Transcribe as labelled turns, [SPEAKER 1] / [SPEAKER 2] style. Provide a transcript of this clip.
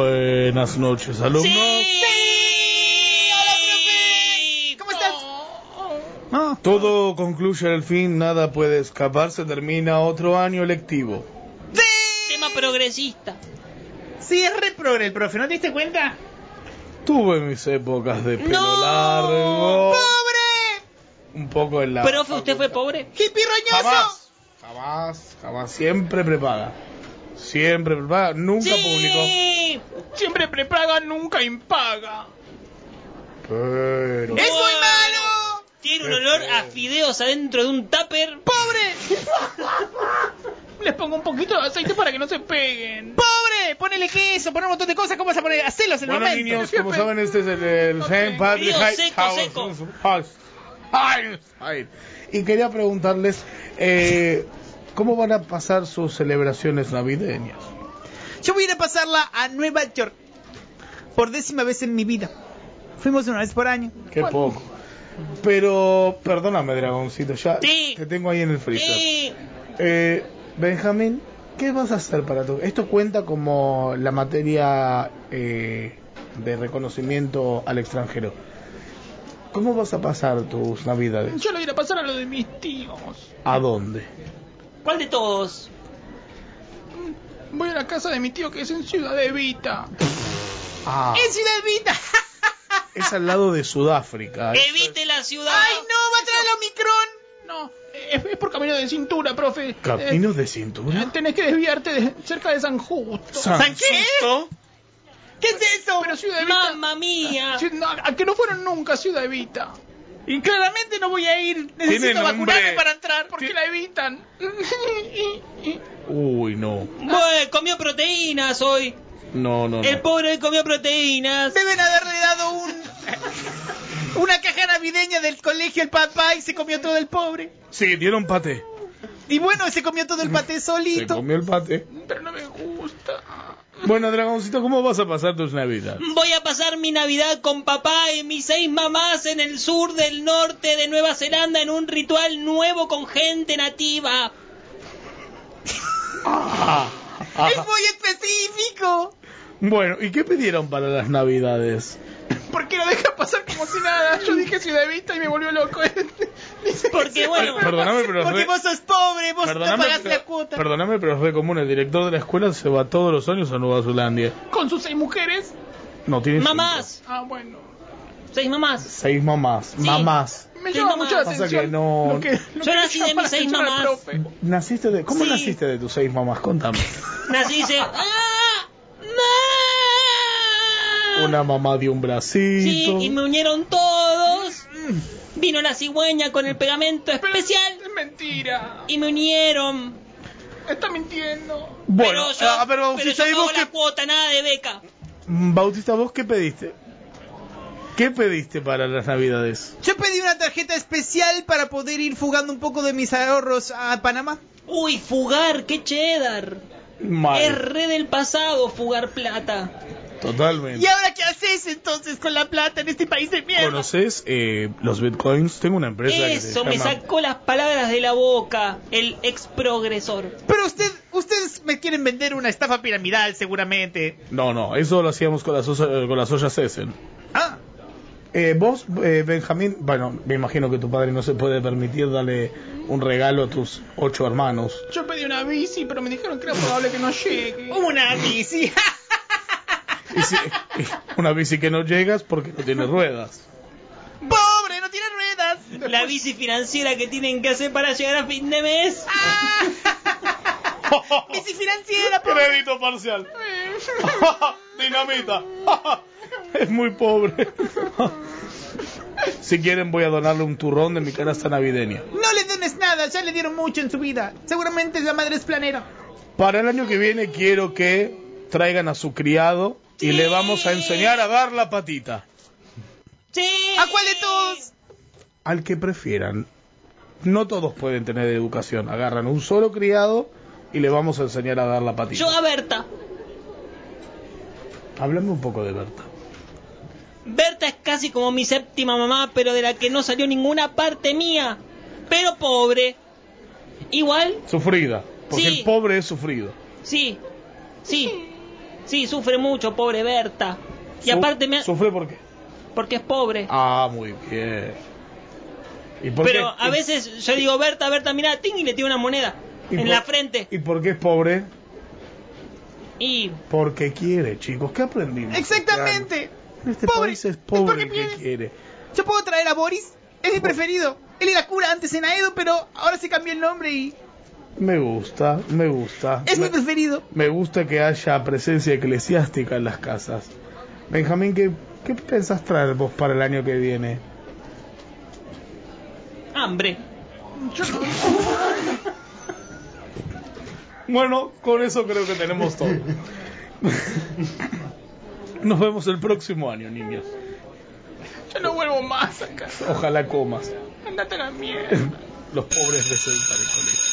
[SPEAKER 1] Buenas noches, alumnos.
[SPEAKER 2] ¡Sí! ¿Cómo estás?
[SPEAKER 1] Ah, Todo concluye al fin, nada puede escapar, se termina otro año lectivo.
[SPEAKER 2] Tema progresista.
[SPEAKER 3] Sí, es re progre el profe, ¿no te diste cuenta?
[SPEAKER 1] Tuve mis épocas de pelo
[SPEAKER 2] No.
[SPEAKER 1] largo,
[SPEAKER 3] ¡Pobre!
[SPEAKER 1] un poco en la...
[SPEAKER 2] Profe, ¿usted fue pobre?
[SPEAKER 3] ¡Hippie roñoso!
[SPEAKER 1] Jamás, jamás, jamás, siempre prepaga. Siempre prepaga, nunca publicó.
[SPEAKER 2] Sí.
[SPEAKER 3] Siempre prepaga, nunca impaga.
[SPEAKER 1] Pero...
[SPEAKER 3] ¡Es muy
[SPEAKER 2] Bueno.
[SPEAKER 3] malo!
[SPEAKER 2] Tiene un olor a
[SPEAKER 1] Este.
[SPEAKER 2] fideos adentro de un tupper.
[SPEAKER 3] ¡Pobre! Les pongo un poquito de aceite para que no se peguen. ¡Pobre! Ponele queso, poner un montón de cosas. ¿Cómo vas a poner? Hacelos
[SPEAKER 2] este
[SPEAKER 3] en el
[SPEAKER 1] Bueno,
[SPEAKER 3] momento.
[SPEAKER 1] niños, como saben, este es el, el Saint Patrick
[SPEAKER 2] Dios,
[SPEAKER 1] High
[SPEAKER 2] seco,
[SPEAKER 1] House.
[SPEAKER 2] seco.
[SPEAKER 1] House. House. House. Y quería preguntarles, eh, ¿cómo van a pasar sus celebraciones navideñas?
[SPEAKER 3] Yo voy a ir a pasarla a Nueva York. Por décima vez en mi vida. Fuimos una vez por año.
[SPEAKER 1] Qué poco. Pero, perdóname, dragoncito, ya
[SPEAKER 2] Sí.
[SPEAKER 1] te tengo ahí en el freezer.
[SPEAKER 2] Sí.
[SPEAKER 1] Eh, Benjamín, ¿qué vas a hacer para tu... Esto cuenta como la materia eh, de reconocimiento al extranjero. ¿Cómo vas a pasar tus navidades?
[SPEAKER 3] Yo lo voy a ir a pasar a lo de mis tíos.
[SPEAKER 1] ¿A dónde?
[SPEAKER 2] ¿Cuál de todos?
[SPEAKER 3] Voy a la casa de mi tío que es en Ciudad Evita.
[SPEAKER 1] Ah,
[SPEAKER 3] ¡En Ciudad Evita!
[SPEAKER 1] es al lado de Sudáfrica.
[SPEAKER 3] Eh,
[SPEAKER 2] Evite la ciudad.
[SPEAKER 3] ¡Ay, no! ¡Va a traer el Omicron! No, es, por camino de cintura, profe. Eh,
[SPEAKER 1] ¿Caminos de cintura?
[SPEAKER 3] tenés que desviarte cerca de San Justo.
[SPEAKER 1] Ah,
[SPEAKER 3] ¿San qué?
[SPEAKER 1] Justo.
[SPEAKER 3] ¿Qué es eso? Pero Ciudad
[SPEAKER 2] Mamma mía.
[SPEAKER 3] a que no fueron nunca a Ciudad Evita. Y claramente no voy a ir.
[SPEAKER 1] Tienen
[SPEAKER 3] Necesito vacunarme
[SPEAKER 1] nombre.
[SPEAKER 3] para entrar porque
[SPEAKER 1] Ti-
[SPEAKER 3] la evitan.
[SPEAKER 1] Uy, no.
[SPEAKER 2] Bueno, eh, comió proteínas hoy.
[SPEAKER 1] No, no, no.
[SPEAKER 2] El pobre hoy comió proteínas.
[SPEAKER 3] Deben haberle dado un. Una caja navideña del colegio al papá y se comió todo el pobre.
[SPEAKER 1] Sí, dieron pate.
[SPEAKER 3] Y bueno, se comió todo el paté
[SPEAKER 1] Se
[SPEAKER 3] solito.
[SPEAKER 1] comió el pate.
[SPEAKER 3] Pero no me gusta.
[SPEAKER 1] Bueno, dragoncito, ¿cómo vas a pasar tus navidades?
[SPEAKER 2] Voy a pasar mi Navidad con papá y mis seis mamás en el sur del norte de Nueva Zelanda en un ritual nuevo con gente nativa.
[SPEAKER 1] Ah,
[SPEAKER 3] Es muy específico.
[SPEAKER 1] Bueno, ¿y qué pidieron para las navidades?
[SPEAKER 3] ¿Por qué lo deja pasar como si nada? Yo dije Ciudad Vista y me volvió loco. Dice
[SPEAKER 2] Porque,
[SPEAKER 3] que se-
[SPEAKER 2] bueno,
[SPEAKER 1] Perdóname, pero
[SPEAKER 3] Porque
[SPEAKER 1] re-
[SPEAKER 3] vos sos pobre, vos no
[SPEAKER 1] Perdóname,
[SPEAKER 3] pagás la
[SPEAKER 1] pero,
[SPEAKER 3] cuota.
[SPEAKER 1] perdóname, pero es re común. El director de la escuela se va todos los años a Nueva Zelanda.
[SPEAKER 3] Con sus seis mujeres.
[SPEAKER 1] No, tiene
[SPEAKER 2] Mamás,
[SPEAKER 3] Ah, bueno.
[SPEAKER 2] seis mamás.
[SPEAKER 1] cinco. Seis mamás.
[SPEAKER 2] Sí.
[SPEAKER 1] Mamás.
[SPEAKER 3] Me
[SPEAKER 2] Sí,
[SPEAKER 3] llama
[SPEAKER 2] mamá.
[SPEAKER 3] mucho la
[SPEAKER 1] Pasa
[SPEAKER 3] atención.
[SPEAKER 1] que no-
[SPEAKER 3] lo que- lo
[SPEAKER 2] Yo
[SPEAKER 3] que
[SPEAKER 2] nací
[SPEAKER 3] llama
[SPEAKER 2] de mis
[SPEAKER 3] la
[SPEAKER 2] seis
[SPEAKER 3] atención al
[SPEAKER 2] mamás.
[SPEAKER 3] profe.
[SPEAKER 1] ¿Naciste de... ¿Cómo
[SPEAKER 2] Sí.
[SPEAKER 1] naciste de tus seis mamás? Contame.
[SPEAKER 2] Nací dice. ¡Ah! ¡No!
[SPEAKER 1] Una mamá de un
[SPEAKER 2] Sí,
[SPEAKER 1] bracito.
[SPEAKER 2] y me unieron todos. Vino la cigüeña con el pegamento especial
[SPEAKER 3] Es mentira.
[SPEAKER 2] y me unieron.
[SPEAKER 3] Está mintiendo.
[SPEAKER 1] Bueno,
[SPEAKER 2] pero yo,
[SPEAKER 1] ah, pero
[SPEAKER 2] pero
[SPEAKER 1] Bautista,
[SPEAKER 2] yo
[SPEAKER 1] ¿y
[SPEAKER 2] pago
[SPEAKER 1] vos
[SPEAKER 2] la
[SPEAKER 1] qué
[SPEAKER 2] cuota, nada de beca.
[SPEAKER 1] Mm, Bautista, ¿vos qué pediste? ¿Qué pediste para las navidades?
[SPEAKER 3] Yo pedí una tarjeta especial para poder ir fugando un poco de mis ahorros a Panamá.
[SPEAKER 2] Uy, fugar, qué cheddar.
[SPEAKER 1] Mal,
[SPEAKER 2] Es re del pasado fugar plata.
[SPEAKER 1] totalmente.
[SPEAKER 3] ¿Y ahora qué haces entonces con la plata en este país de mierda?
[SPEAKER 1] ¿Conoces eh, los bitcoins? Tengo una empresa que
[SPEAKER 2] Eso,
[SPEAKER 1] se
[SPEAKER 2] me
[SPEAKER 1] llama...
[SPEAKER 2] sacó las palabras de la boca, el exprogresor.
[SPEAKER 3] Pero usted, ustedes me quieren vender una estafa piramidal seguramente.
[SPEAKER 1] No, no, eso lo hacíamos con las, osa- con las ollas Essen.
[SPEAKER 3] Ah,
[SPEAKER 1] Eh, vos, eh, Benjamín, bueno, me imagino que tu padre no se puede permitir darle un regalo a tus ocho hermanos.
[SPEAKER 4] Yo pedí una bici, pero me dijeron que era probable que no llegue.
[SPEAKER 3] una bici.
[SPEAKER 1] Y si- una bici que no llegas porque no tiene ruedas.
[SPEAKER 3] ¡Pobre! ¡No tiene ruedas!
[SPEAKER 2] La bici financiera que tienen que hacer para llegar a fin de mes.
[SPEAKER 3] Ah, bici financiera, pobre.
[SPEAKER 1] Crédito parcial. Dinamita. es muy pobre. si quieren voy a donarle un turrón de mi canasta navideña.
[SPEAKER 3] No le dones nada, ya le dieron mucho en su vida. Seguramente la madre es planera.
[SPEAKER 1] Para el año que viene quiero que traigan a su criado y le vamos a enseñar a dar la patita.
[SPEAKER 2] Sí.
[SPEAKER 3] ¿A cuál de todos?
[SPEAKER 1] al que prefieran. No todos pueden tener educación. Agarran un solo criado y le vamos a enseñar a dar la patita.
[SPEAKER 2] Yo a Berta.
[SPEAKER 1] Háblame un poco de Berta.
[SPEAKER 2] Berta es casi como mi séptima mamá, pero de la que no salió ninguna parte mía. Pero pobre. Igual,
[SPEAKER 1] Sufrida. Porque
[SPEAKER 2] Sí.
[SPEAKER 1] el pobre es sufrido.
[SPEAKER 2] sí. Sí. Sí, sufre mucho, pobre Berta. Y
[SPEAKER 1] Su-
[SPEAKER 2] aparte me ha-
[SPEAKER 1] ¿Sufre por qué?
[SPEAKER 2] porque es pobre.
[SPEAKER 1] Ah, muy bien. ¿Y por
[SPEAKER 2] Pero
[SPEAKER 1] qué-
[SPEAKER 2] a
[SPEAKER 1] y-
[SPEAKER 2] veces yo digo, Berta, Berta, mirá, ting, y le tiro una moneda
[SPEAKER 1] y
[SPEAKER 2] en
[SPEAKER 1] por-
[SPEAKER 2] la frente.
[SPEAKER 1] ¿Y por qué es pobre?
[SPEAKER 2] Y
[SPEAKER 1] Porque quiere, chicos. ¿Qué aprendimos?
[SPEAKER 3] Exactamente.
[SPEAKER 1] En este
[SPEAKER 3] Pobre.
[SPEAKER 1] país es
[SPEAKER 3] ¿Y por
[SPEAKER 1] pobre
[SPEAKER 3] qué
[SPEAKER 1] el que
[SPEAKER 3] quiere?
[SPEAKER 1] quiere.
[SPEAKER 3] Yo puedo traer a Boris, es mi preferido. Él era cura antes en Aedo, pero ahora se cambió el nombre y
[SPEAKER 1] Me gusta, me gusta.
[SPEAKER 3] es mi
[SPEAKER 1] me,
[SPEAKER 3] preferido.
[SPEAKER 1] me gusta que haya presencia eclesiástica en las casas. Benjamín, ¿qué, qué pensás traer vos para el año que viene?
[SPEAKER 2] hambre.
[SPEAKER 1] Bueno, con eso creo que tenemos todo. Nos vemos el próximo año, niños.
[SPEAKER 4] Yo no vuelvo más acá.
[SPEAKER 1] Ojalá comas.
[SPEAKER 4] Andate a la mierda.
[SPEAKER 1] Los pobres besos para el colegio.